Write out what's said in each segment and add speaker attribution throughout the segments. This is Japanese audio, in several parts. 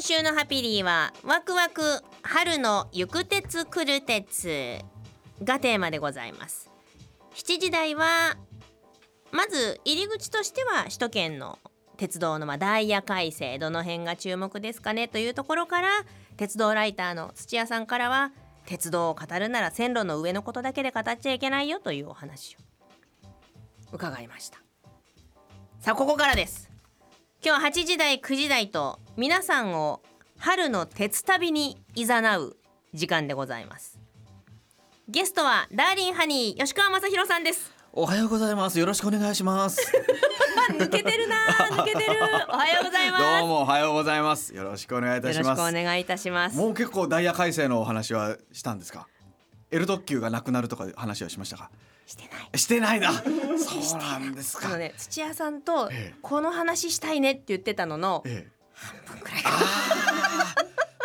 Speaker 1: 週のハピリーはワクワク春の行く鉄来る鉄がテーマでございます7時台はまず入り口としては首都圏の鉄道のまあダイヤ改正どの辺が注目ですかねというところから鉄道ライターの土屋さんからは鉄道を語るなら線路の上のことだけで語っちゃいけないよというお話を伺いましたさあここからです今日8時台9時台と皆さんを春の鉄旅にいざなう時間でございますゲストはダーリンハニー吉川正宏さんです
Speaker 2: おはようございます。よろしくお願いし ます。
Speaker 1: あ抜けてるな ー抜けてるおはようございます
Speaker 2: どうもおはようございます。よろしくお願いいたし
Speaker 1: よろし
Speaker 2: ま
Speaker 1: くお
Speaker 2: す。
Speaker 1: 願いいたします
Speaker 2: もう結構ダイヤ改正のお話はしたんですか。エル特急がなくなるとかで話はしましたか。
Speaker 1: してない
Speaker 2: してないな。そうなんです
Speaker 1: あの
Speaker 2: か。
Speaker 1: ね土屋さんと
Speaker 2: ええ
Speaker 1: この話したいねって言ってたのの
Speaker 2: ええ、
Speaker 1: 半分くらい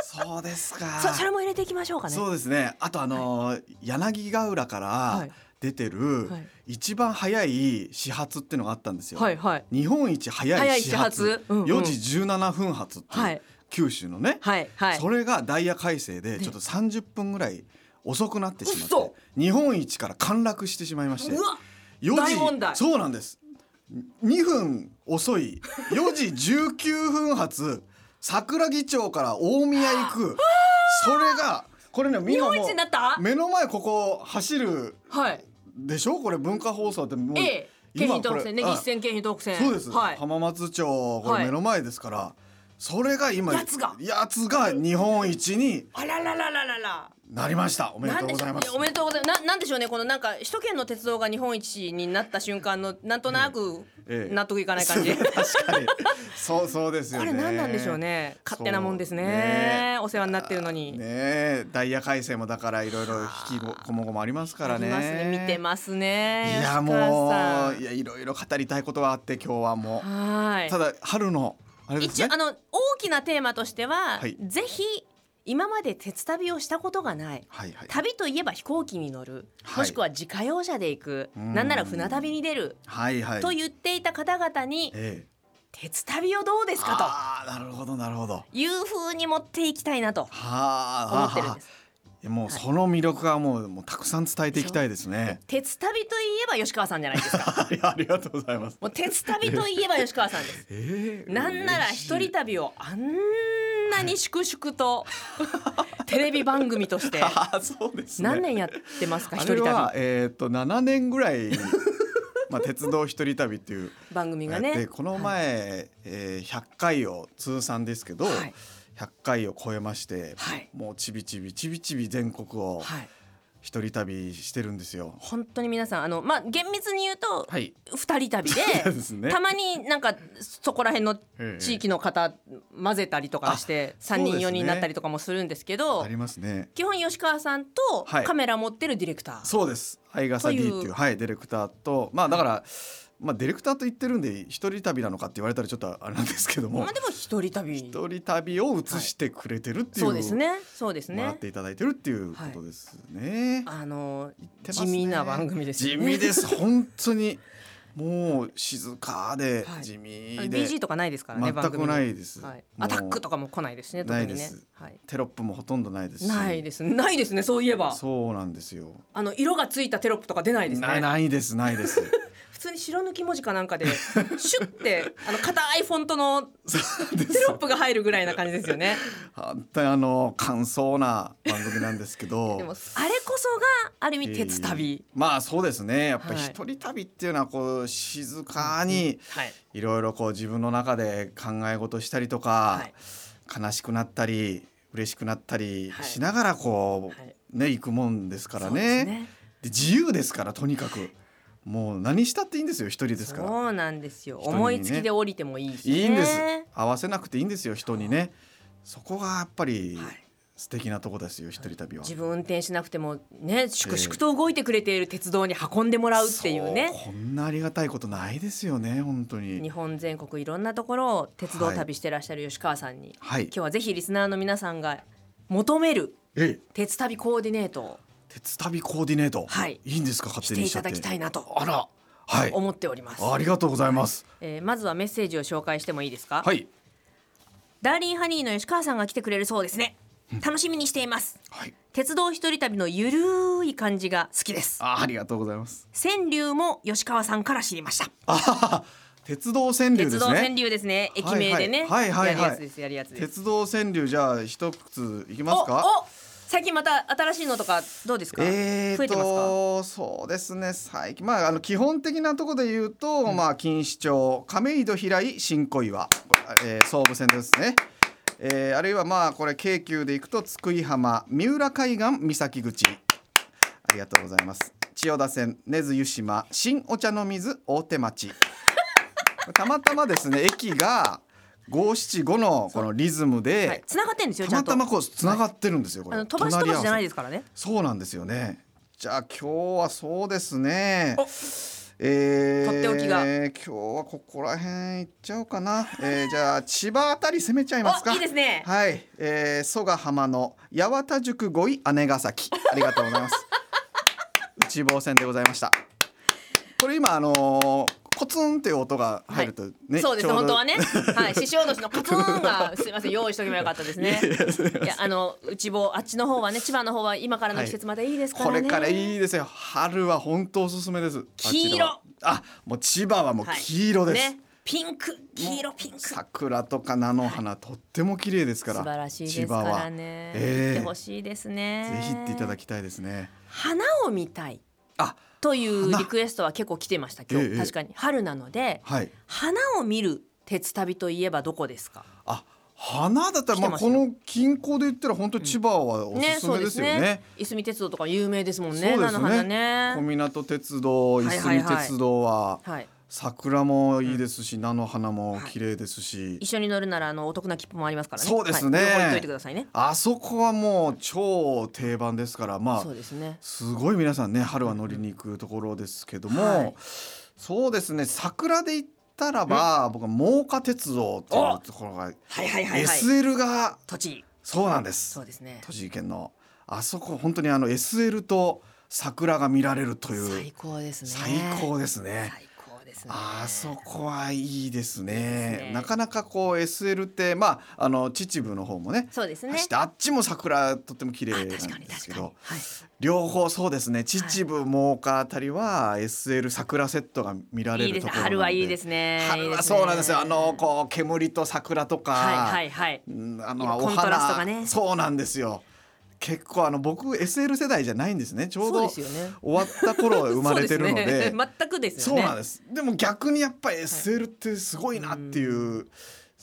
Speaker 2: そうですか。
Speaker 1: そそれも入れていきましょうかね
Speaker 2: そうですね。あとあのー柳ヶ浦から
Speaker 1: はい
Speaker 2: 出てる
Speaker 1: はい
Speaker 2: 一番早い始発っていうのがあったんですよ。
Speaker 1: はいはい
Speaker 2: 日本一
Speaker 1: 早
Speaker 2: 早
Speaker 1: い
Speaker 2: い
Speaker 1: 始
Speaker 2: 始
Speaker 1: 発
Speaker 2: 発、
Speaker 1: うんうん
Speaker 2: 4時17分発って
Speaker 1: は
Speaker 2: いう
Speaker 1: い
Speaker 2: 九州のね、
Speaker 1: はいはい
Speaker 2: それがダイヤ改正でちょっと30分ぐらい遅くなってしまって
Speaker 1: 嘘
Speaker 2: 日本一から陥落してしまいまして
Speaker 1: うわ
Speaker 2: 4
Speaker 1: 大問題
Speaker 2: そうなんです2分遅い4時19分発桜木町から大宮行くそれがこれねみん
Speaker 1: 日
Speaker 2: なもう
Speaker 1: 本一になった
Speaker 2: 目の前ここ走る
Speaker 1: はい
Speaker 2: でしょこれ文化放送ってもう
Speaker 1: A 京
Speaker 2: 今
Speaker 1: 浜
Speaker 2: こ
Speaker 1: 東
Speaker 2: れ
Speaker 1: 北線ね
Speaker 2: うん
Speaker 1: 日線京浜東北線
Speaker 2: そうです、
Speaker 1: はい
Speaker 2: 浜松町こ
Speaker 1: はい
Speaker 2: れ目の前ですから、それが今
Speaker 1: やつが
Speaker 2: やつが日本一に
Speaker 1: あらららららら
Speaker 2: なりましたおめで
Speaker 1: な
Speaker 2: と
Speaker 1: ん
Speaker 2: う
Speaker 1: で
Speaker 2: ご
Speaker 1: し
Speaker 2: ざ
Speaker 1: ょ
Speaker 2: いうます
Speaker 1: おめでとうございますななんでしょうねこのなんか首都圏の鉄道が日本一になった瞬間のなんとなく
Speaker 2: ええ
Speaker 1: 納得いかない感じ
Speaker 2: 確 かにそうそうですよ
Speaker 1: こ
Speaker 2: ね
Speaker 1: れ何なんでしょうね勝手なもんですね
Speaker 2: そうね
Speaker 1: お世話になってるのに、
Speaker 2: ねえダイヤ改正もだからいろいろ引きもこもごもありますからね
Speaker 1: ありますね見てますね
Speaker 2: いや
Speaker 1: 吉川
Speaker 2: も
Speaker 1: さん
Speaker 2: ういやいろいろ語りたいことはあって今日はもう、
Speaker 1: はい
Speaker 2: ただ春のあれです
Speaker 1: 一応
Speaker 2: ね
Speaker 1: あの大きなテーマとしては、
Speaker 2: はい
Speaker 1: ぜひ今まで鉄旅をしたことがない
Speaker 2: はいはい
Speaker 1: 旅といえば飛行機に乗る、
Speaker 2: はい
Speaker 1: もしくは自家用車で行く
Speaker 2: うん
Speaker 1: なんなら船旅に出る
Speaker 2: はいはい
Speaker 1: と
Speaker 2: う、
Speaker 1: 言っていた方々に
Speaker 2: ええ、
Speaker 1: 鉄旅をどうですか
Speaker 2: ああなるほどなるほどは
Speaker 1: という風に持っていきたいなと
Speaker 2: あ
Speaker 1: 思ってるんです
Speaker 2: いやもうその魅力はもう,、もうたくさん伝えていきたいですね。
Speaker 1: 鉄旅といえば吉川さんじゃないで すか
Speaker 2: いやありがとうございます。
Speaker 1: もう鉄旅といえば吉川さんです
Speaker 2: えー
Speaker 1: なんなら
Speaker 2: 嬉しい
Speaker 1: 一人旅をあんなに粛々とテレビ番組として
Speaker 2: あーそうですね。
Speaker 1: 何年やってますか一
Speaker 2: あれ
Speaker 1: 人
Speaker 2: は
Speaker 1: 旅
Speaker 2: えーっ、と7年ぐらい まあ鉄道一人旅っていう
Speaker 1: 番組が
Speaker 2: で
Speaker 1: ね
Speaker 2: この前、えー100回を通算ですけど、
Speaker 1: はい
Speaker 2: 100回を超えまして、
Speaker 1: はい
Speaker 2: もうちびちびちびちび全国を
Speaker 1: はい
Speaker 2: 一人旅してるんですよ。
Speaker 1: 本当に皆さんあのまあ厳密に言うと
Speaker 2: はい。
Speaker 1: 二人旅で
Speaker 2: そうですね
Speaker 1: たまになんかそこら辺の
Speaker 2: ええ
Speaker 1: 地域の方混ぜたりとかして
Speaker 2: あ
Speaker 1: 三
Speaker 2: そうで
Speaker 1: 人
Speaker 2: すね
Speaker 1: 四人になったりとかもするんですけど
Speaker 2: ありますね。
Speaker 1: 基本吉川さんと
Speaker 2: はい
Speaker 1: カメラ持ってるディレクター
Speaker 2: そうです。ハイガサ D っていう
Speaker 1: という
Speaker 2: はいディレクターとまあだからまあディレクターと言ってるんで一人旅なのかって言われたらちょっとあれなんですけども
Speaker 1: まあでも一人旅
Speaker 2: 一人旅を映してくれてるっていう、
Speaker 1: そうですねそうです
Speaker 2: もらっ
Speaker 1: ね
Speaker 2: ていただいてるっていうことですね。
Speaker 1: あの
Speaker 2: 言ってます
Speaker 1: 地
Speaker 2: ね
Speaker 1: 味な番組です
Speaker 2: 地
Speaker 1: よね
Speaker 2: 味 です本当にもう静かで
Speaker 1: はい
Speaker 2: 地
Speaker 1: あの
Speaker 2: 味で、
Speaker 1: BG とかないですからね
Speaker 2: 全く
Speaker 1: の
Speaker 2: ないです
Speaker 1: はい、
Speaker 2: もう
Speaker 1: アタックとかも来ないですしね特
Speaker 2: ない
Speaker 1: に
Speaker 2: で
Speaker 1: ね
Speaker 2: す
Speaker 1: はい
Speaker 2: テロップもほとんどないですし
Speaker 1: ないですねないですねそういえば
Speaker 2: そうなんですよ。
Speaker 1: あの色がついたテロップとか出ないですね
Speaker 2: ないないですない です。
Speaker 1: 普通に白抜き文字かなん かでシュッてあの硬いフォントのテロップが入るぐらいな感じですよね
Speaker 2: 本当にあの感想な番組なんですけど。
Speaker 1: でもあれこそがある意味鉄旅、
Speaker 2: えーまあそうですねやっぱ
Speaker 1: はい
Speaker 2: 一人旅っていうのはこう静かに
Speaker 1: はい
Speaker 2: いろいろこう自分の中で考え事したりと
Speaker 1: は
Speaker 2: か
Speaker 1: い
Speaker 2: 悲しくなったり嬉しくなったり
Speaker 1: はい
Speaker 2: しながらこ
Speaker 1: はいう
Speaker 2: ね行くもんですから
Speaker 1: そうです
Speaker 2: ね
Speaker 1: ね
Speaker 2: で自由ですからとにかくもう何したっていいんですよ一人ですから
Speaker 1: そうなんですよ、
Speaker 2: 人にね
Speaker 1: 思いつきで降りてもいいし、ね、
Speaker 2: いいんです合わせなくていいんですよ人にねそこがやっぱり
Speaker 1: はい
Speaker 2: 素敵なとこですよ一人旅は。
Speaker 1: 自分運転しなくてもね粛々と動いてくれている鉄道に運んでもらうっていうね
Speaker 2: そうこんなありがたいことないですよね本当
Speaker 1: 日
Speaker 2: に。
Speaker 1: 本全国いろんなところを鉄道旅してらっしゃる吉川さんに、
Speaker 2: はい
Speaker 1: 今日はぜひリスナーの皆さんが求める
Speaker 2: ええ
Speaker 1: 鉄旅コーディネートを
Speaker 2: 鉄旅コーディネート、
Speaker 1: はい
Speaker 2: いんですか勝
Speaker 1: し
Speaker 2: 手
Speaker 1: て
Speaker 2: に
Speaker 1: い
Speaker 2: しちゃ
Speaker 1: た
Speaker 2: って
Speaker 1: だきたいなと
Speaker 2: あらはい
Speaker 1: 思っております、
Speaker 2: ありがとうございます
Speaker 1: えーまずはメッセージを紹介してもいいですか、
Speaker 2: はい
Speaker 1: ダーリンハニーの吉川さんが来てくれるそうですね楽しみにしています
Speaker 2: はい。
Speaker 1: 鉄道一人旅のゆるーい感じが好きです
Speaker 2: あーありがとうございます。
Speaker 1: 川柳も吉川さんから知りました
Speaker 2: あはは鉄道川柳ですね。
Speaker 1: 鉄道川柳ですね駅名でね、
Speaker 2: はいはいはいはい
Speaker 1: やるやつですやるやつです
Speaker 2: 鉄道川柳じゃあ一ついきますか。
Speaker 1: おお最近また新しいのとかどうですか、
Speaker 2: え
Speaker 1: 増
Speaker 2: ー
Speaker 1: えてますか
Speaker 2: とそうですね最近まああの基本的なところで言うと、まあ錦糸町亀戸平井新小岩、これえー、総武線ですね。えー、あるいはまあこれ京急で行くと津久井浜三浦海岸三崎口ありがとうございます千代田線根津湯島新お茶の水大手町 たまたまですね駅が五七五のこのリズムで、
Speaker 1: はい、繋がってんですよ
Speaker 2: た
Speaker 1: ちゃ
Speaker 2: ま
Speaker 1: んと
Speaker 2: たまこうつながってるんですよ、こ
Speaker 1: あ
Speaker 2: れ
Speaker 1: の飛ばし飛ばしじゃないですすからね
Speaker 2: そうなんですよねじゃあ今日はそうですね
Speaker 1: お
Speaker 2: えー、
Speaker 1: とっておきが
Speaker 2: 今日はここら辺行っちゃおうかな、えー、じゃあ千葉あたり攻めちゃいますか
Speaker 1: おいいですね
Speaker 2: はい、えー、蘇我浜の八幡塾五位姉ヶ崎ありがとうございます 内房線でございましたこれ今あのーコツンっていう音が入るとね、
Speaker 1: そうです
Speaker 2: ちょど
Speaker 1: 本当はね、はい、獅子おどしのカツンがすみません用意しておけばよかったですね。いやあの内房あっちの方はね千葉の方は今からの季節までいいですから
Speaker 2: こ
Speaker 1: ね。
Speaker 2: れからいいですよ春は本当おすすめです
Speaker 1: 黄色
Speaker 2: あっちのあもう千葉はもう黄色です、
Speaker 1: ね、ピンク黄色ピンク素
Speaker 2: 桜とか菜の花、とっても綺麗ですから
Speaker 1: 晴らしいです
Speaker 2: 千葉
Speaker 1: か
Speaker 2: は
Speaker 1: らね。行っ
Speaker 2: え
Speaker 1: て
Speaker 2: え
Speaker 1: ほしいですね。
Speaker 2: ぜひ行っていただ
Speaker 1: き
Speaker 2: きたいですね
Speaker 1: 花を見たい
Speaker 2: あ
Speaker 1: という
Speaker 2: 花
Speaker 1: リクエストは結構来てました今日、
Speaker 2: ええ
Speaker 1: 確かに春なので
Speaker 2: はい
Speaker 1: 花を見る鉄旅といえばどこですか。
Speaker 2: あ花だったら
Speaker 1: 来て
Speaker 2: ま
Speaker 1: ま
Speaker 2: あ
Speaker 1: すよ
Speaker 2: この近郊で言ったら本当千葉はおすすめですよね,、
Speaker 1: いすみ鉄道とか有名ですもん
Speaker 2: そう
Speaker 1: ね。
Speaker 2: で
Speaker 1: 菜の花
Speaker 2: すね小
Speaker 1: ね。
Speaker 2: 湊鉄道い
Speaker 1: はい
Speaker 2: す
Speaker 1: はい
Speaker 2: み
Speaker 1: はい
Speaker 2: 鉄道は
Speaker 1: はい。
Speaker 2: 桜もいいですし、菜の花も綺麗ですし、
Speaker 1: 一緒に乗るならあのお得な切符もありますからね。
Speaker 2: そうですね
Speaker 1: はい、両方行っといてくださいね。
Speaker 2: あそこはもう超定番ですからまあ
Speaker 1: そうですね。
Speaker 2: すごい皆さんね春は乗りに行くところですけども、
Speaker 1: はい
Speaker 2: そうですね桜で言ったらば、僕は真岡鉄道っていうところが、
Speaker 1: はいはいはいはい。
Speaker 2: SL が
Speaker 1: 栃木。
Speaker 2: そうなんです
Speaker 1: そうですね。
Speaker 2: 栃木県のあそこ本当にあの SL と桜が見られるという
Speaker 1: 最高ですね。
Speaker 2: 最高ですね。
Speaker 1: 最高ですね。
Speaker 2: あそこはいいですね
Speaker 1: いいですね
Speaker 2: なかなかこう SL ってまああの秩父の方もね
Speaker 1: そうですね。
Speaker 2: 走ってあっちも桜とっても綺麗
Speaker 1: あ
Speaker 2: なん
Speaker 1: 確
Speaker 2: です
Speaker 1: かに確
Speaker 2: け
Speaker 1: かに
Speaker 2: ど。
Speaker 1: はい。
Speaker 2: 両方そうですね秩父真岡あたりは SL 桜セットが見られ
Speaker 1: いいで
Speaker 2: る
Speaker 1: す
Speaker 2: と
Speaker 1: ね。
Speaker 2: ころなので
Speaker 1: 春はいいですね。
Speaker 2: 春
Speaker 1: いい
Speaker 2: は
Speaker 1: ね
Speaker 2: そうなんですよあのこう煙と桜とか、
Speaker 1: はいはいはい。
Speaker 2: うんあ
Speaker 1: 色
Speaker 2: のお
Speaker 1: コントラストが
Speaker 2: 花、
Speaker 1: ね
Speaker 2: そうなんですよ結構あの僕 SL 世代じゃないんですねちょう
Speaker 1: そう
Speaker 2: ど
Speaker 1: です
Speaker 2: 終
Speaker 1: よね。
Speaker 2: わった頃生まれてるの
Speaker 1: そう
Speaker 2: で
Speaker 1: ですね全くです
Speaker 2: そ
Speaker 1: よ
Speaker 2: う
Speaker 1: ね。
Speaker 2: なんですでも逆にやっぱり SL ってすごいなっていう、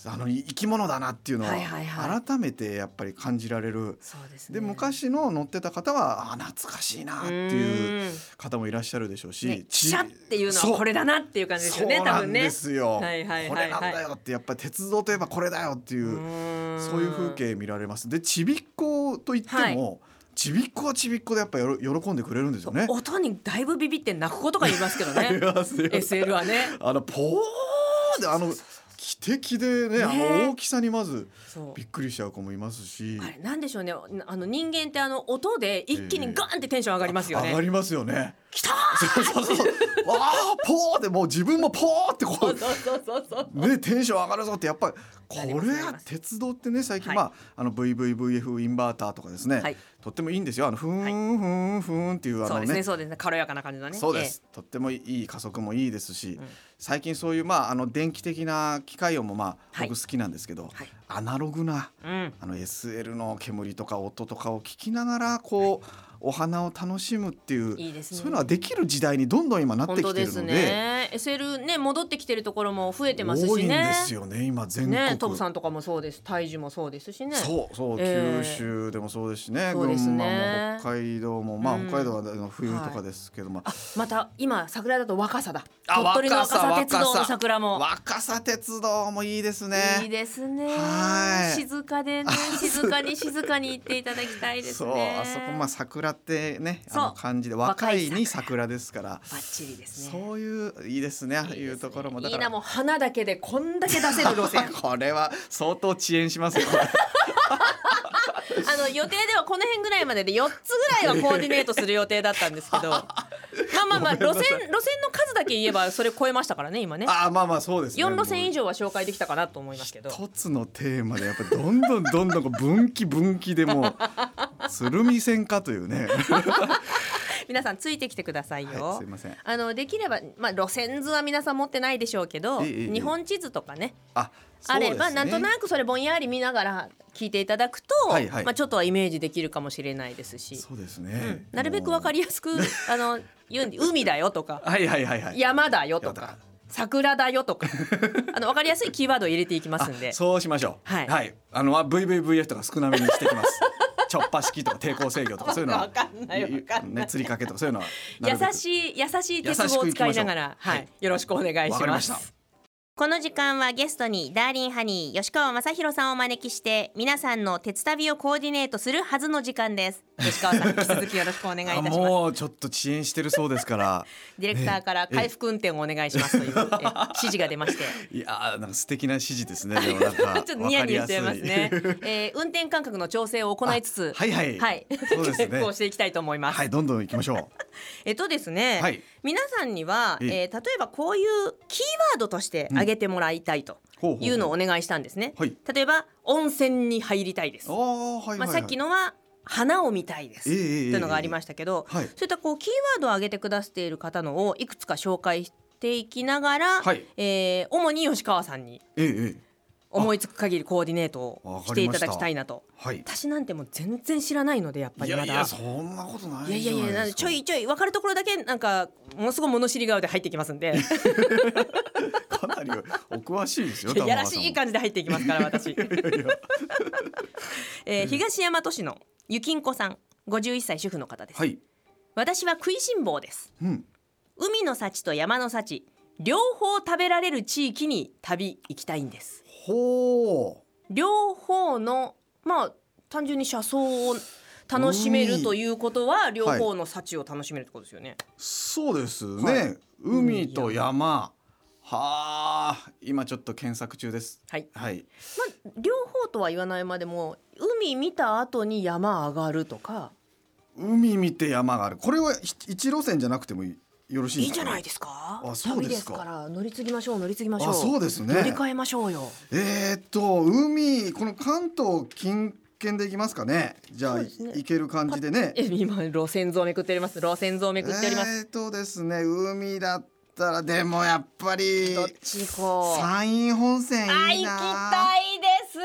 Speaker 2: あのい生き物だなっていうのは
Speaker 1: はいはいはい
Speaker 2: 改めてやっぱり感じられる、
Speaker 1: そうですね。
Speaker 2: で昔の乗ってた方はあ懐かしいなっていう
Speaker 1: うーん
Speaker 2: 方もいらっしゃるでしょうし、
Speaker 1: ね、
Speaker 2: ち
Speaker 1: シャっていうのはこれだなっていう感じですよね。
Speaker 2: そう
Speaker 1: 多
Speaker 2: なん
Speaker 1: 分ね。
Speaker 2: ですよ、
Speaker 1: はいはいはいはい
Speaker 2: これなんだよってやっぱり鉄道といえばこれだよっていうう
Speaker 1: ーん
Speaker 2: そういう風景見られますでちびっこといっても、
Speaker 1: はい
Speaker 2: ちびっこはちびっこでやっぱよろ喜んでくれるんですよね。
Speaker 1: 音にだいぶビビって泣く子とかいますけど
Speaker 2: あり
Speaker 1: ね
Speaker 2: ますよ
Speaker 1: SL はね
Speaker 2: あのポーであの汽笛でねあ
Speaker 1: ね
Speaker 2: の大きさにまず
Speaker 1: そう
Speaker 2: びっくりしちゃう子もいますし
Speaker 1: あれなんでしょうねあの人間ってあの音で一気にガンってテンション上がりますよね、
Speaker 2: 上がりますよね。
Speaker 1: きた
Speaker 2: そうそうそう。ああ、ポーってもう自分もポーってこ
Speaker 1: ーそうそうそうそう
Speaker 2: う。ね、テンション上がるぞってやっぱりこ
Speaker 1: なり
Speaker 2: れ
Speaker 1: ますなり
Speaker 2: は
Speaker 1: ます
Speaker 2: 鉄道ってね最近、
Speaker 1: はい
Speaker 2: まああの VVVF インバーターとかですね、
Speaker 1: はい
Speaker 2: とってもいいんですよあのふーん、
Speaker 1: はい
Speaker 2: ふーんふーんっていうあ
Speaker 1: そ
Speaker 2: の
Speaker 1: うですね
Speaker 2: ね
Speaker 1: そうですね軽やかな感じだね
Speaker 2: そうです、とってもいい加速もいいですし、
Speaker 1: ん
Speaker 2: 最近そういうまああの電気的な機械音もまあ
Speaker 1: はい
Speaker 2: 僕好きなんですけど、
Speaker 1: はい
Speaker 2: アナログな
Speaker 1: ええうん
Speaker 2: あの SL の煙とか音とかを聞きながらこう、お花を楽しむっていう
Speaker 1: いいですね
Speaker 2: そういうのはできる時代にどんどん今なって
Speaker 1: 本
Speaker 2: きてるの
Speaker 1: 当
Speaker 2: で
Speaker 1: ですね SL ね戻ってきてるところも増えてますしね
Speaker 2: 多いんですよね今全国、
Speaker 1: ねトブさんとかもそうです大樹もそうですしね
Speaker 2: そうそう、
Speaker 1: ええ
Speaker 2: 九州でもそうですしね
Speaker 1: そうです
Speaker 2: 群馬
Speaker 1: ね
Speaker 2: も北海道もまあ
Speaker 1: うん
Speaker 2: 北海道はあの冬とかですけども、
Speaker 1: また今桜だと若さだ
Speaker 2: あ
Speaker 1: 鳥取の若さ
Speaker 2: 若さ
Speaker 1: 鉄道の桜も
Speaker 2: 若さ鉄道もいいですね
Speaker 1: いいですね
Speaker 2: は。い
Speaker 1: 静かでね、静かに静かに行っていただきたいです
Speaker 2: そう
Speaker 1: ね。
Speaker 2: あそこまあ桜ってねあ
Speaker 1: そう
Speaker 2: の感じで
Speaker 1: 若
Speaker 2: 若
Speaker 1: い
Speaker 2: い
Speaker 1: 桜
Speaker 2: に桜ですから
Speaker 1: バッチリですね。
Speaker 2: そういういいですねああ
Speaker 1: いい
Speaker 2: い
Speaker 1: ですね
Speaker 2: うところもだ
Speaker 1: い
Speaker 2: か
Speaker 1: い
Speaker 2: ら
Speaker 1: なもう花だけでこんだけ出せる路線 あ
Speaker 2: これは相当遅延し ますよ
Speaker 1: の予定ではこの辺ぐらいまでで4つぐらいはコーディネートする予定だったんですけどまあままあまあ
Speaker 2: ごめんな
Speaker 1: 路
Speaker 2: さい
Speaker 1: 線路線の数だけ言えばそれ超えましたからね今ね
Speaker 2: あーまあまあそうですね
Speaker 1: 4路線以
Speaker 2: 上
Speaker 1: 上は紹介できたかなと思いますけど
Speaker 2: 一つのテーマでやっぱりどんどんどんどんこう分岐分岐で もう鶴見線かというね
Speaker 1: 皆さんついてきてくださいよ、
Speaker 2: はいすいません
Speaker 1: あのできれば、まあ、路線図は皆さん持ってないでしょうけど、
Speaker 2: ええええ
Speaker 1: 日本地図とかね
Speaker 2: あそ
Speaker 1: あ
Speaker 2: うです
Speaker 1: れ
Speaker 2: ね
Speaker 1: ばなんとなくそれぼんやり見ながら聞いていただくと、
Speaker 2: はいはい
Speaker 1: まあ、ちょっとはイメージできるかもしれないですし、
Speaker 2: そうです
Speaker 1: う
Speaker 2: ね
Speaker 1: ん、なるべくわかりやすくあの言うんで海だよとか
Speaker 2: はいはいはいはい
Speaker 1: 山だよと
Speaker 2: 山
Speaker 1: か
Speaker 2: だ
Speaker 1: 桜だよとか あのわかりやすいキーワードを入れていきますんで
Speaker 2: あそうしましょう
Speaker 1: はい
Speaker 2: あの VVVF とか少なめにしてきます ちょっぱ式とか抵抗制御とかそういうのは
Speaker 1: わかんないわかんない
Speaker 2: ね釣りかけとかそういうのはなるべく
Speaker 1: 優しい優しい鉄棒を使いなが
Speaker 2: 優
Speaker 1: ら、
Speaker 2: しく行きましょう
Speaker 1: は
Speaker 2: はいい、
Speaker 1: よろしくお願いします。
Speaker 2: わかりました
Speaker 1: この時間はゲストにダーリンハニー吉川雅宏さんをお招きして皆さんの鉄旅をコーディネートするはずの時 間です吉川さん引き続きよろしくお願いいたしま
Speaker 2: あ
Speaker 1: す
Speaker 2: もうちょっと遅延してるそうですから
Speaker 1: ディレクターから回復運転をお願いしますというえ指示が出まして
Speaker 2: いやーなんか素敵な指示です ねでもなんか
Speaker 1: ちょっとニヤニヤしちゃいますね
Speaker 2: わかりや、
Speaker 1: えー、運転感覚の調整を行いつつ
Speaker 2: あはいはい
Speaker 1: はい、
Speaker 2: そうですね
Speaker 1: 結構していきたいと思います、
Speaker 2: すいはいどんどん行きましょう
Speaker 1: えっとですね、
Speaker 2: はい
Speaker 1: 皆さんには、え
Speaker 2: ええ
Speaker 1: ー例えばこういうキーワードとして挙げてもらいたいと
Speaker 2: ほうほうほう
Speaker 1: いうのをお願いしたんですね。
Speaker 2: はい
Speaker 1: 例えば温泉に入りたいです。
Speaker 2: あーはいはい、はい、
Speaker 1: まあ、さっきのは花を見たいです、
Speaker 2: ええええ
Speaker 1: というのがありましたけど、
Speaker 2: はい
Speaker 1: そういったこうキーワードを挙げてくださっている方のをいくつか紹介していきながら、
Speaker 2: はい
Speaker 1: えー主に吉川さんに
Speaker 2: ええええ
Speaker 1: 思いつく限りコーディネートをしていただきたいなと。
Speaker 2: はい
Speaker 1: 私なんてもう全然知らないのでやっぱ
Speaker 2: い
Speaker 1: りま
Speaker 2: や
Speaker 1: だ
Speaker 2: いやそんなことない
Speaker 1: い
Speaker 2: じ
Speaker 1: や
Speaker 2: ゃない
Speaker 1: いやいやなん
Speaker 2: で
Speaker 1: です
Speaker 2: か
Speaker 1: ちょいちょい分かるところだけなんかものすごい物知り顔で入ってきますんで
Speaker 2: かなりお詳しいですよ
Speaker 1: いややらしい
Speaker 2: か
Speaker 1: 感じで入っていきますから 私、えー東大和市のゆきんこさん51歳主婦の方です、
Speaker 2: はい
Speaker 1: 私は食いしん坊です
Speaker 2: うん
Speaker 1: 海の幸と山の幸両方食べられる地域に旅行きたいんです
Speaker 2: ほう
Speaker 1: 両方のまあ単純に車窓を楽しめるということは両方の幸を楽しめるってことですよね、
Speaker 2: そうですね、
Speaker 1: はい
Speaker 2: 海と山はあ今ちょっと検索中です
Speaker 1: はい
Speaker 2: はい
Speaker 1: まあ、両方とは言わないまでも海見た後に山上がるとか
Speaker 2: 海見て山があるこれはひ一路線じゃなくてもいいよろしいん
Speaker 1: いい
Speaker 2: です
Speaker 1: じ
Speaker 2: か
Speaker 1: ゃ
Speaker 2: ね、
Speaker 1: ないですか
Speaker 2: あそうですか
Speaker 1: 旅ですから乗り継ぎましょう乗り継ぎましょう
Speaker 2: あそうですね
Speaker 1: 乗り換えましょうよ
Speaker 2: えーっと海この関東近県でいきますかねじゃあ、
Speaker 1: そう
Speaker 2: い
Speaker 1: ですね
Speaker 2: 行ける感じでね
Speaker 1: え今路線図をめくっております路線図をめ
Speaker 2: え
Speaker 1: くっておりま
Speaker 2: ー
Speaker 1: す、
Speaker 2: っとですね海だったらでもやっぱり
Speaker 1: どっち行こう
Speaker 2: 山陰本線
Speaker 1: あ
Speaker 2: いい
Speaker 1: 行き
Speaker 2: な
Speaker 1: たいです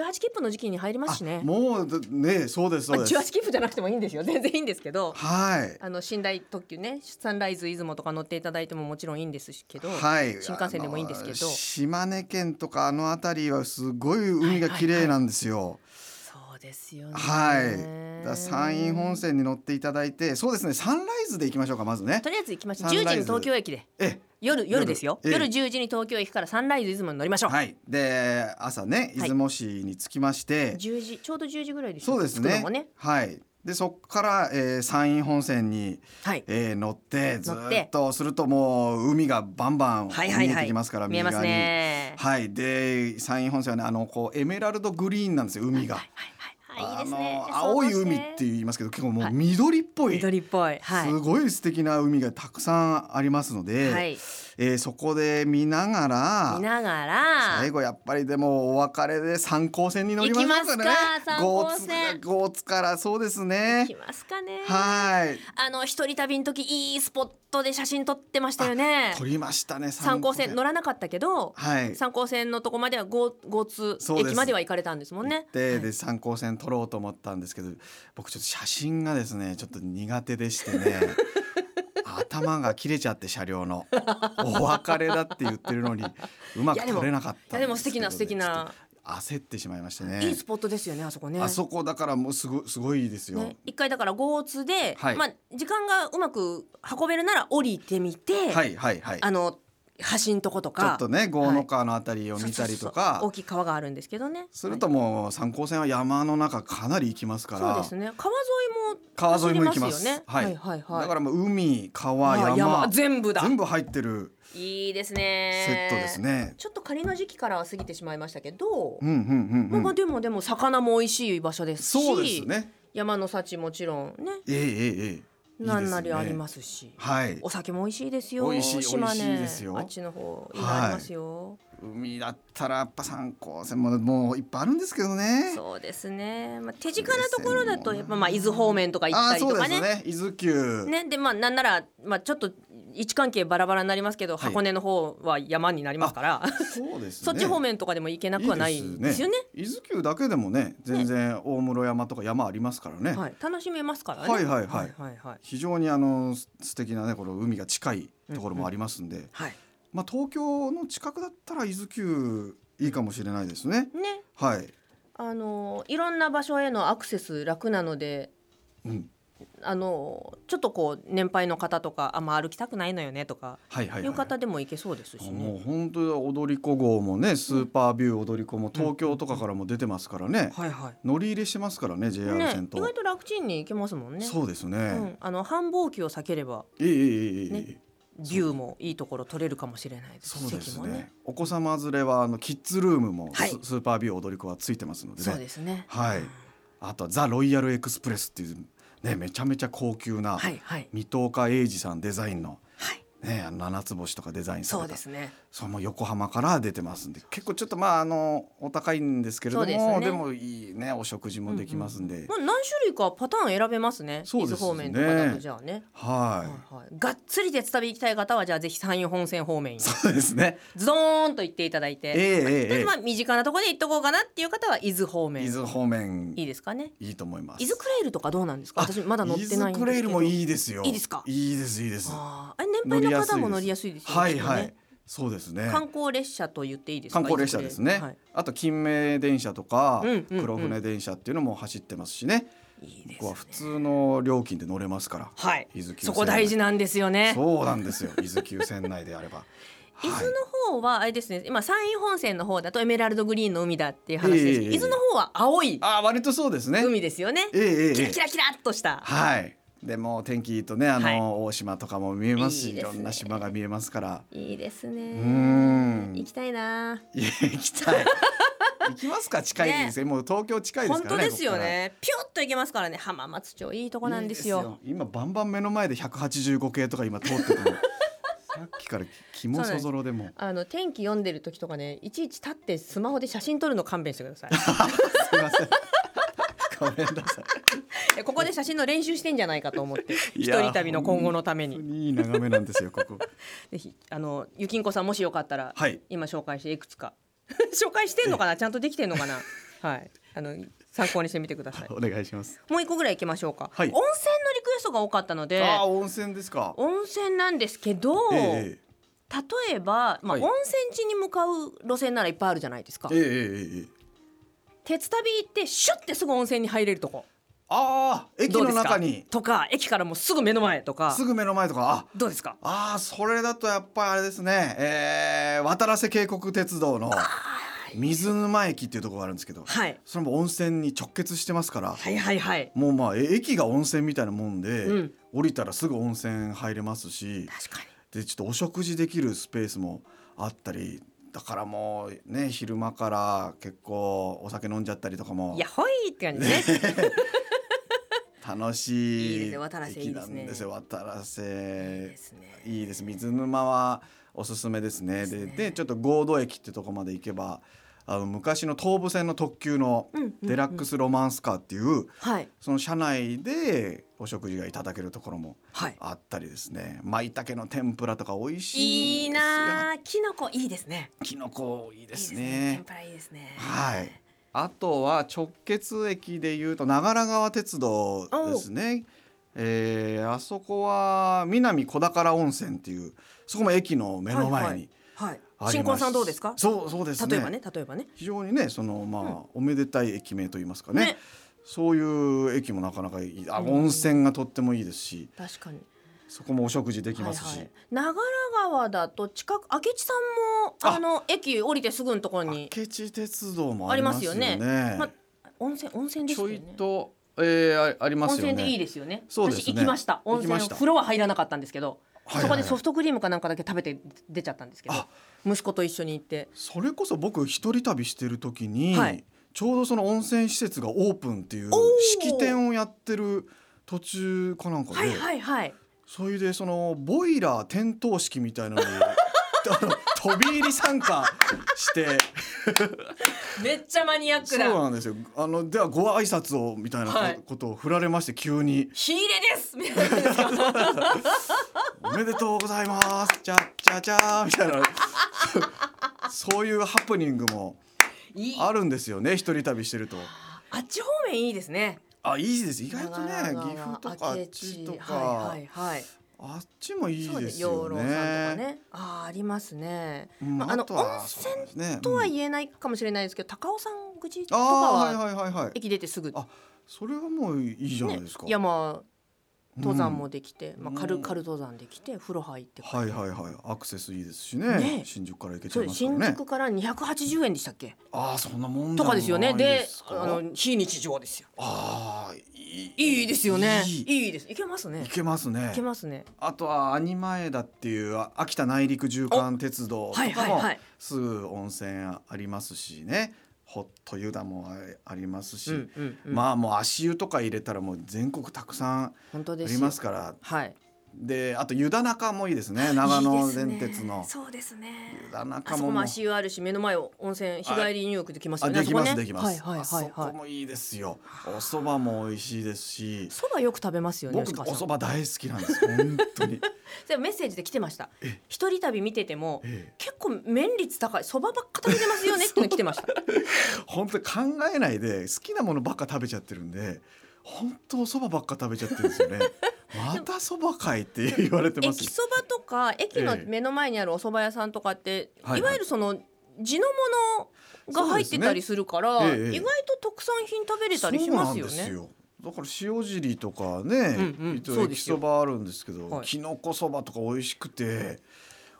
Speaker 1: ね18切符の時期に入りますしね
Speaker 2: あもうだねそうですそうです
Speaker 1: 18切符じゃなくてもいいんですよ全然いいんですけど
Speaker 2: はい
Speaker 1: あの寝台特急ねサンライズ出雲とか乗っていただいてももちろんいいんですけど、
Speaker 2: はい、
Speaker 1: 新幹線でもいいんですけど
Speaker 2: あの島根県とかあの辺りはすごい海が綺麗なんですよ。
Speaker 1: そうですよね
Speaker 2: はい、だから山陰本線に乗っていただいてそうですねサンライズで行きましょうかまずね
Speaker 1: と。りあえず行きましょう
Speaker 2: サンラ
Speaker 1: 10
Speaker 2: イズ
Speaker 1: 時に東京駅で
Speaker 2: え
Speaker 1: 夜夜ですよ
Speaker 2: ええ
Speaker 1: 夜10時に東京駅からサンライズ出雲に乗りましょう、
Speaker 2: はい、で朝ね
Speaker 1: は
Speaker 2: 出
Speaker 1: い
Speaker 2: 雲市に着きまして、
Speaker 1: 10時ちょうど10時ぐらいでしょ
Speaker 2: そうです
Speaker 1: 着くの
Speaker 2: ね
Speaker 1: もね
Speaker 2: はいでそこから、えー山陰本線に、
Speaker 1: はい
Speaker 2: えー乗ってず
Speaker 1: 乗って
Speaker 2: ーっとするともう海がバンバン見
Speaker 1: はいはい
Speaker 2: え
Speaker 1: は
Speaker 2: て
Speaker 1: い
Speaker 2: きますから、
Speaker 1: 見えますね
Speaker 2: はいで山陰本線はねあのこうエメラルドグリーンなんですよ海が。
Speaker 1: はいはいはいいいですね
Speaker 2: あの青い海っ
Speaker 1: 想像して
Speaker 2: 言いますけど結構も
Speaker 1: は
Speaker 2: う
Speaker 1: い
Speaker 2: 緑っぽい、
Speaker 1: 緑っぽいはい
Speaker 2: すごい素敵な海がたくさんありますので、
Speaker 1: はい
Speaker 2: えーそこで見ながら
Speaker 1: 見ながら
Speaker 2: 最後やっぱりでもお別れで三高線に乗りましょうかね
Speaker 1: 行きますか
Speaker 2: ゴー
Speaker 1: 三高線
Speaker 2: ツゴーツからそうですね
Speaker 1: 来ますかね
Speaker 2: はい
Speaker 1: あの一人旅の時いいスポットで写真撮ってましたよね
Speaker 2: 撮りましたね
Speaker 1: 三高線乗らなかったけど
Speaker 2: はい
Speaker 1: 三高線のとこまではゴーゴーツ
Speaker 2: そうです
Speaker 1: 駅までは行かれたんですもん
Speaker 2: 行
Speaker 1: ね
Speaker 2: ってで三高線撮ろうと思ったんですけど僕ちょっと写真がですねちょっと苦手でして ね頭が切れちゃって車両のお別れだって言ってるのにうま
Speaker 1: いや
Speaker 2: く
Speaker 1: でも
Speaker 2: 撮れなかったん
Speaker 1: いやでも素敵な
Speaker 2: です
Speaker 1: 素
Speaker 2: けど
Speaker 1: 敵
Speaker 2: ね
Speaker 1: な
Speaker 2: ちょっと焦ってしまいましてね
Speaker 1: いいスポットですよねあそこね
Speaker 2: あそこだからもうすごすごいですよ、
Speaker 1: ね、一回だからゴーツで、
Speaker 2: はい
Speaker 1: まあ時間がうまく運べるなら降りてみて、
Speaker 2: はいはいはい
Speaker 1: あの橋んとこと
Speaker 2: ちょ
Speaker 1: か
Speaker 2: っとね豪の川のあたりを見たりと
Speaker 1: そうそう
Speaker 2: か、
Speaker 1: そう大きい川があるんですけどね
Speaker 2: するともう三高線は山の中かなり行きますか
Speaker 1: はい
Speaker 2: ら、
Speaker 1: そうですね川沿いも
Speaker 2: 川沿いも行きます
Speaker 1: 走りよね
Speaker 2: はい
Speaker 1: はいはいはい
Speaker 2: だからもう海川
Speaker 1: まあ
Speaker 2: 山,、
Speaker 1: 全部だ
Speaker 2: 全部入ってる
Speaker 1: いいです
Speaker 2: セ
Speaker 1: ね
Speaker 2: ットですね、
Speaker 1: ちょっと仮の時期からは過ぎてしまいましたけど、
Speaker 2: うんうんう
Speaker 1: まあ
Speaker 2: ん
Speaker 1: ま
Speaker 2: う
Speaker 1: あ
Speaker 2: ん
Speaker 1: でもでも魚も美味しい場所ですし
Speaker 2: そうですね
Speaker 1: 山の幸もちろんね
Speaker 2: ええええええ
Speaker 1: なんなりありますし。
Speaker 2: はい
Speaker 1: お酒も美味しいですよ。
Speaker 2: 美味しい
Speaker 1: 島根
Speaker 2: 美味しいですよ
Speaker 1: あっちの方、いろいろありますよ。
Speaker 2: 海だったらやっぱ三高線ももういっぱいあるんですけどね
Speaker 1: そうですね。まあ、手近なところだと、やっぱまあ伊豆方面とか行っ
Speaker 2: あ
Speaker 1: た
Speaker 2: あ
Speaker 1: り
Speaker 2: そ
Speaker 1: と
Speaker 2: うで
Speaker 1: か
Speaker 2: す
Speaker 1: ね。
Speaker 2: ね伊豆急、
Speaker 1: ね、でまあなんなら、まあ、ちょっと位置関係バラバラになりますけど、
Speaker 2: はい
Speaker 1: 箱根の方は山になりますから、
Speaker 2: そうですね
Speaker 1: そっち方面とかでも行けなくはないですよね。
Speaker 2: いいですね伊豆急だけでもね全然大室山とか山ありますからね
Speaker 1: はい、楽しめますからね。
Speaker 2: はいはいはい
Speaker 1: はいはい
Speaker 2: 非常にあのす素敵なねこの海が近いところもありますんで、
Speaker 1: はい
Speaker 2: まあ東京の近くだったら伊豆急いいかもしれないですね
Speaker 1: ね、
Speaker 2: はい、
Speaker 1: あのいろんな場所へのアクセス楽なので、
Speaker 2: うん、
Speaker 1: あのちょっとこう年配の方とかあまあ歩きたくないのよねとか、
Speaker 2: はいはいい、
Speaker 1: う
Speaker 2: はい、
Speaker 1: 方でも行けそうですし
Speaker 2: もう
Speaker 1: ね。
Speaker 2: 本当だ踊り子号もねスーパービュー踊り子も東京とかからも出てますからね、
Speaker 1: はいはい。
Speaker 2: 乗り入れしてますからね JR
Speaker 1: ね
Speaker 2: 線、と、
Speaker 1: 意外と楽ちんに行けますもんね。
Speaker 2: そうですね、
Speaker 1: うん、あの繁忙期を避ければ
Speaker 2: いいいいいいいい、
Speaker 1: ねビューもいいところ取れるかもしれないで
Speaker 2: そ
Speaker 1: す。
Speaker 2: うです
Speaker 1: 席
Speaker 2: ね
Speaker 1: もね。
Speaker 2: お子様連れはあのキッズルームもス,、
Speaker 1: はい
Speaker 2: スーパービュー踊り子はついてますのでね
Speaker 1: そうですね。
Speaker 2: はいあとはザ・ロイヤルエクスプレスっていうねめちゃめちゃ高級な、
Speaker 1: はいはい
Speaker 2: 水戸岡英二さんデザインの
Speaker 1: はい。
Speaker 2: ねあの七つ星とかデザインされ
Speaker 1: そう
Speaker 2: た
Speaker 1: ですね。
Speaker 2: それも横浜から出てますんで結構ちょっとまああのお高いんですけれども
Speaker 1: そう
Speaker 2: で,、
Speaker 1: ですね
Speaker 2: もいいねお食事もできますんで、
Speaker 1: まあ何種類かパターン選べますね。
Speaker 2: そう
Speaker 1: 伊
Speaker 2: です
Speaker 1: 豆
Speaker 2: ね
Speaker 1: 方面とかだとじゃあね。
Speaker 2: はい、
Speaker 1: はいはい。がっつり鉄旅行きたい方はじゃあぜひ山陽本線方面に
Speaker 2: そうですね
Speaker 1: ズドーンと行っていただい
Speaker 2: ええ
Speaker 1: て、
Speaker 2: えええ
Speaker 1: まあ身近なところで行っとこうかなっていう方は伊豆方
Speaker 2: え
Speaker 1: 面。
Speaker 2: 伊豆方面
Speaker 1: い
Speaker 2: い
Speaker 1: いですかね。
Speaker 2: いと思います
Speaker 1: 伊豆クレールとかどうなんですか。
Speaker 2: あ
Speaker 1: 私まだ乗ってないんですけど。
Speaker 2: 伊豆クレイルもいいですよ
Speaker 1: いいですか
Speaker 2: いいですいいです
Speaker 1: あーあれ年配の方も乗りやすいですよね。
Speaker 2: はい
Speaker 1: きっとね
Speaker 2: はいそうですね
Speaker 1: 観光列車と言っていいですか。
Speaker 2: 観光列車です
Speaker 1: 伊
Speaker 2: ね、
Speaker 1: 豆ク
Speaker 2: あと金明電車とか
Speaker 1: うんうんうん
Speaker 2: 黒船電車っていうのも走ってますしね、
Speaker 1: レールはい。いいで
Speaker 2: ここは普
Speaker 1: すね。
Speaker 2: 通の料金で乗れますから、
Speaker 1: はい
Speaker 2: 伊豆急線
Speaker 1: そこ大事なんですよね。
Speaker 2: そうなんですよ伊豆急線内であれば
Speaker 1: 伊豆
Speaker 2: はい
Speaker 1: の方はあれですね。今山陰本線の方だとエメラルドグリーンの海だっていう話ですけど。
Speaker 2: ええ
Speaker 1: 伊豆の方は青い
Speaker 2: あ割とそうですね
Speaker 1: 海ですよね。
Speaker 2: ええええ
Speaker 1: キ
Speaker 2: え
Speaker 1: ラ
Speaker 2: え
Speaker 1: キラキラっとした。
Speaker 2: はいでもう天気いいとねあの、
Speaker 1: はい
Speaker 2: 大島とかも見えますし
Speaker 1: いい
Speaker 2: い
Speaker 1: ですね
Speaker 2: ろんな島が見えますから
Speaker 1: いいです
Speaker 2: うー
Speaker 1: ね。
Speaker 2: ん
Speaker 1: 行きたいな。
Speaker 2: いや行きたい行きますか近いですねもう東京近いです
Speaker 1: 本
Speaker 2: からね
Speaker 1: 当ですよ
Speaker 2: ここから
Speaker 1: ね。ピュッと行けますからね。浜松町いいとこなんですよ。
Speaker 2: いい今バンバン目の前で185系とか今通って てもさっきから気もそぞろでも
Speaker 1: あの天気読んでる時とかね、いちいち立ってスマホで写真撮るの勘弁してく ださい。
Speaker 2: すいませんごめんなさ
Speaker 1: いやここで写真の練習してんじゃないかと思って、
Speaker 2: い
Speaker 1: 一
Speaker 2: や
Speaker 1: 人旅の今後のため
Speaker 2: い本
Speaker 1: に。
Speaker 2: 当にいい眺めなんですよここ
Speaker 1: ぜひ、あの、ゆきんこさんもしよかったら、
Speaker 2: はい
Speaker 1: 今紹介していくつか。 紹介してんのかな、ちゃんとできてんの かな。はい、あの、参考にしてみてください。
Speaker 2: お願いします
Speaker 1: もう一個ぐらい行きましょうか。
Speaker 2: はい
Speaker 1: 温泉のリクエストが多かったので。
Speaker 2: ああ温泉ですか
Speaker 1: 温泉なんですけど、
Speaker 2: え
Speaker 1: 例えば、ま
Speaker 2: は
Speaker 1: あ
Speaker 2: い
Speaker 1: 温泉地に向かう路線ならいっぱいあるじゃないですか
Speaker 2: ええええええええ
Speaker 1: 鉄旅行ってシュッてすぐ温泉に入れるとこ
Speaker 2: ああ駅
Speaker 1: どうで
Speaker 2: の
Speaker 1: すか
Speaker 2: 中に
Speaker 1: とか駅からもうすぐ目の前とか
Speaker 2: すぐ目の前とかあ
Speaker 1: どうですか
Speaker 2: あーそれだとやっぱりあれですね、えー、渡良瀬渓谷鉄道の水沼駅っていうところがあるんですけど、
Speaker 1: はい
Speaker 2: それも温泉に直結してますから、
Speaker 1: はいはいはい
Speaker 2: もうまあえ駅が温泉みたいなもんで、
Speaker 1: うん
Speaker 2: 降りたらすぐ温泉入れますし
Speaker 1: 確かに
Speaker 2: でちょっとお食事できるスペースもあったりだからもうね昼間から結構お酒飲んじゃったりとかも
Speaker 1: やほいって感じね
Speaker 2: 楽しい
Speaker 1: いいですね渡良瀬いいです
Speaker 2: 駅な
Speaker 1: ね
Speaker 2: んですよ渡良
Speaker 1: いい
Speaker 2: 瀬
Speaker 1: ですね
Speaker 2: いいです水沼はおすすめですね
Speaker 1: です
Speaker 2: で
Speaker 1: ね
Speaker 2: でちょっと合同駅ってとこまで行けばあの昔の東武線の特急の
Speaker 1: うんうんうん
Speaker 2: デラックスロマンスカーっていう、
Speaker 1: はい
Speaker 2: その車内でお食事がいただけるところも
Speaker 1: はい
Speaker 2: あったりですね舞茸の天ぷらとか美味し
Speaker 1: い
Speaker 2: い
Speaker 1: い
Speaker 2: んですよ
Speaker 1: なあきのこいいですね
Speaker 2: きのこいいで
Speaker 1: いい
Speaker 2: す
Speaker 1: で
Speaker 2: ね
Speaker 1: すね天ぷらいいですね
Speaker 2: はいあとは直結駅でいうと長良川鉄道ですねえーあそこは南小宝温泉っていうそこも駅の目の前に
Speaker 1: はい
Speaker 2: あります、
Speaker 1: 新婚さんどうですか
Speaker 2: そうそうですね
Speaker 1: 例えばね例えばね
Speaker 2: 非常にねそのまあ、おめでたい駅名といいますかね
Speaker 1: ね
Speaker 2: そういう駅もなかなかいいあ
Speaker 1: うん
Speaker 2: 温泉がとってもいいですし
Speaker 1: 確かに
Speaker 2: そこもお食事できますし、
Speaker 1: はいはい、長良川だと近く明智さんも
Speaker 2: あ
Speaker 1: あの駅降りてすぐのところに、
Speaker 2: 明智鉄道もありますよね
Speaker 1: ありますまあ、温泉温泉で
Speaker 2: ち
Speaker 1: すよ
Speaker 2: ょ
Speaker 1: ね
Speaker 2: いと、えー、あありま
Speaker 1: 温
Speaker 2: すよね
Speaker 1: 泉でいいですよね
Speaker 2: そうですね
Speaker 1: 私行きました温泉
Speaker 2: 行きました
Speaker 1: 風呂は入らなかったんですけど、
Speaker 2: はいはい
Speaker 1: そこでソフトクリームかなんかだけ食べて出ちゃったんですけど
Speaker 2: あ
Speaker 1: 息子と一緒に行って
Speaker 2: それこそ僕一人旅してる時に、
Speaker 1: はい
Speaker 2: ちょうどその温泉施設がオープンっていう
Speaker 1: おー
Speaker 2: 式典をやってる途中かなんかで、
Speaker 1: はいはいはい
Speaker 2: それでそのボイラー点灯式みたいなの にあの飛び入り参加して
Speaker 1: めっちゃマニアッ
Speaker 2: そ
Speaker 1: ク
Speaker 2: う
Speaker 1: だ
Speaker 2: なんですよあのではご挨拶をみたいなこ
Speaker 1: はい
Speaker 2: ことを振られまして急に
Speaker 1: 火入れですみたいなですか
Speaker 2: 「おめでとうございますじゃじゃじゃー」み たいなそういうハプニングも
Speaker 1: いい
Speaker 2: あるんですよね一人旅してると。
Speaker 1: あっち方面いいですね
Speaker 2: あいいです意外とね
Speaker 1: 長良川
Speaker 2: 岐阜とかあっ
Speaker 1: 明
Speaker 2: ち
Speaker 1: 智
Speaker 2: とか、
Speaker 1: はいはいはい
Speaker 2: あっちもいい
Speaker 1: そう
Speaker 2: で
Speaker 1: です
Speaker 2: すよ
Speaker 1: 養老さんとか
Speaker 2: ね。
Speaker 1: ねあーありますね、
Speaker 2: うん
Speaker 1: まあ、あの
Speaker 2: とは
Speaker 1: 温
Speaker 2: そうなん
Speaker 1: 泉
Speaker 2: ですね
Speaker 1: とは
Speaker 2: うん
Speaker 1: 言えないかもしれないですけど、高尾山口とか
Speaker 2: あー
Speaker 1: は
Speaker 2: はいはいはいはい。
Speaker 1: 駅出てすぐ、ね
Speaker 2: あそれはもういいじゃないですか。
Speaker 1: 山登山も
Speaker 2: うん
Speaker 1: できて、まあ、
Speaker 2: うん
Speaker 1: 軽軽登山できて風呂入って帰る、
Speaker 2: はいはいはいアクセスいいですしね
Speaker 1: ね
Speaker 2: 新宿から行けち
Speaker 1: そ
Speaker 2: ゃい
Speaker 1: うで
Speaker 2: ますすから
Speaker 1: 新
Speaker 2: ね
Speaker 1: 宿から280円でしたっけ
Speaker 2: ああそんなもん
Speaker 1: と
Speaker 2: だ
Speaker 1: かですよね
Speaker 2: もういい
Speaker 1: です
Speaker 2: か
Speaker 1: あの非日常ですよ
Speaker 2: あーいい
Speaker 1: いいですよねい
Speaker 2: い
Speaker 1: い
Speaker 2: い
Speaker 1: ですいけますね
Speaker 2: いけますね
Speaker 1: いけますね
Speaker 2: あとは兄前田っていうあ秋田内陸縦貫鉄道と
Speaker 1: はい
Speaker 2: か
Speaker 1: はい
Speaker 2: も
Speaker 1: はい
Speaker 2: すぐ温泉ありますしねホット湯田もあありますし、
Speaker 1: うんうんうん
Speaker 2: まあもう足湯とか入れたらもう全国たくさんあ
Speaker 1: 本当ですよ
Speaker 2: りますから
Speaker 1: はい
Speaker 2: であと湯田中もいいですね長野電鉄
Speaker 1: いいで
Speaker 2: の
Speaker 1: すねそうですね
Speaker 2: 湯田
Speaker 1: あ
Speaker 2: 中
Speaker 1: そ
Speaker 2: も
Speaker 1: こも
Speaker 2: もう
Speaker 1: 足湯あるし目の前を温泉日帰り入浴できますよ
Speaker 2: あ
Speaker 1: ね
Speaker 2: できます、
Speaker 1: あそこね
Speaker 2: できます、
Speaker 1: はいはいはい
Speaker 2: あそこ
Speaker 1: はい
Speaker 2: もいいですよお蕎麦も美味しいですし
Speaker 1: そばよく食べますよね
Speaker 2: 僕
Speaker 1: 吉川
Speaker 2: お
Speaker 1: さん
Speaker 2: 蕎麦大好きなんです本当 に
Speaker 1: でもメッセージで来てました
Speaker 2: え
Speaker 1: 一人旅見てても
Speaker 2: え
Speaker 1: 結構麺率高いそばばっか食べてますよねって いうの来てました
Speaker 2: え本当に考えないで好きなものばっか食べちゃってるんで本当お蕎麦ばっか食べちゃってるんです よねまた蕎麦かいって言われてます
Speaker 1: 駅そばとか駅の
Speaker 2: ええ
Speaker 1: 目の前にあるお蕎麦屋さんとかって、
Speaker 2: はいはい
Speaker 1: いわゆるその地のものが入ってたりするから、
Speaker 2: そうですねええ
Speaker 1: 意外と特産品食べれたりしますよ
Speaker 2: そうなんです
Speaker 1: ね
Speaker 2: よだから塩尻とかね、
Speaker 1: うんうん
Speaker 2: 一応
Speaker 1: そう
Speaker 2: 駅
Speaker 1: ですよ
Speaker 2: そばあるんですけど、
Speaker 1: はい
Speaker 2: きのこそばとか美味しくて。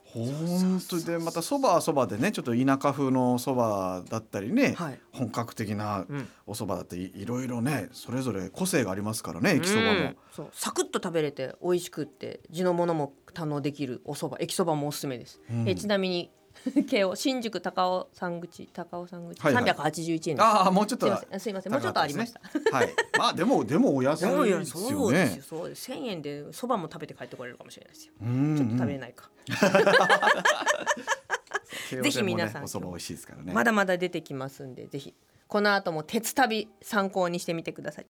Speaker 2: 本当でまたそばはそばでねちょっと田舎風のそばだったりね、
Speaker 1: はい
Speaker 2: 本格的な
Speaker 1: うん
Speaker 2: おそばだっていいろいろねそれぞれ個性がありますからね駅そばも、
Speaker 1: うんそうサクッと食べれて美味しくって地のものも堪能できるお蕎麦駅そばもおすすめです、
Speaker 2: うん
Speaker 1: えちなみに 慶応新宿高尾山口高尾山口、
Speaker 2: はいはい
Speaker 1: 381円です
Speaker 2: ああもうちょっ
Speaker 1: す
Speaker 2: と
Speaker 1: いませんすいませんもうちょっとありました
Speaker 2: 高かったですねはいまあでもでもお安い
Speaker 1: そう
Speaker 2: で
Speaker 1: よ
Speaker 2: す
Speaker 1: そ
Speaker 2: よ
Speaker 1: う
Speaker 2: ね
Speaker 1: ですよそうです1000円でそばも食べて帰ってこれるかもしれないですよ
Speaker 2: うん
Speaker 1: ちょっと食べれないか、ぜひ皆さん
Speaker 2: おそば美味しいですからね
Speaker 1: まだまだ出てきますんでぜひこの後も鉄旅参考にしてみてください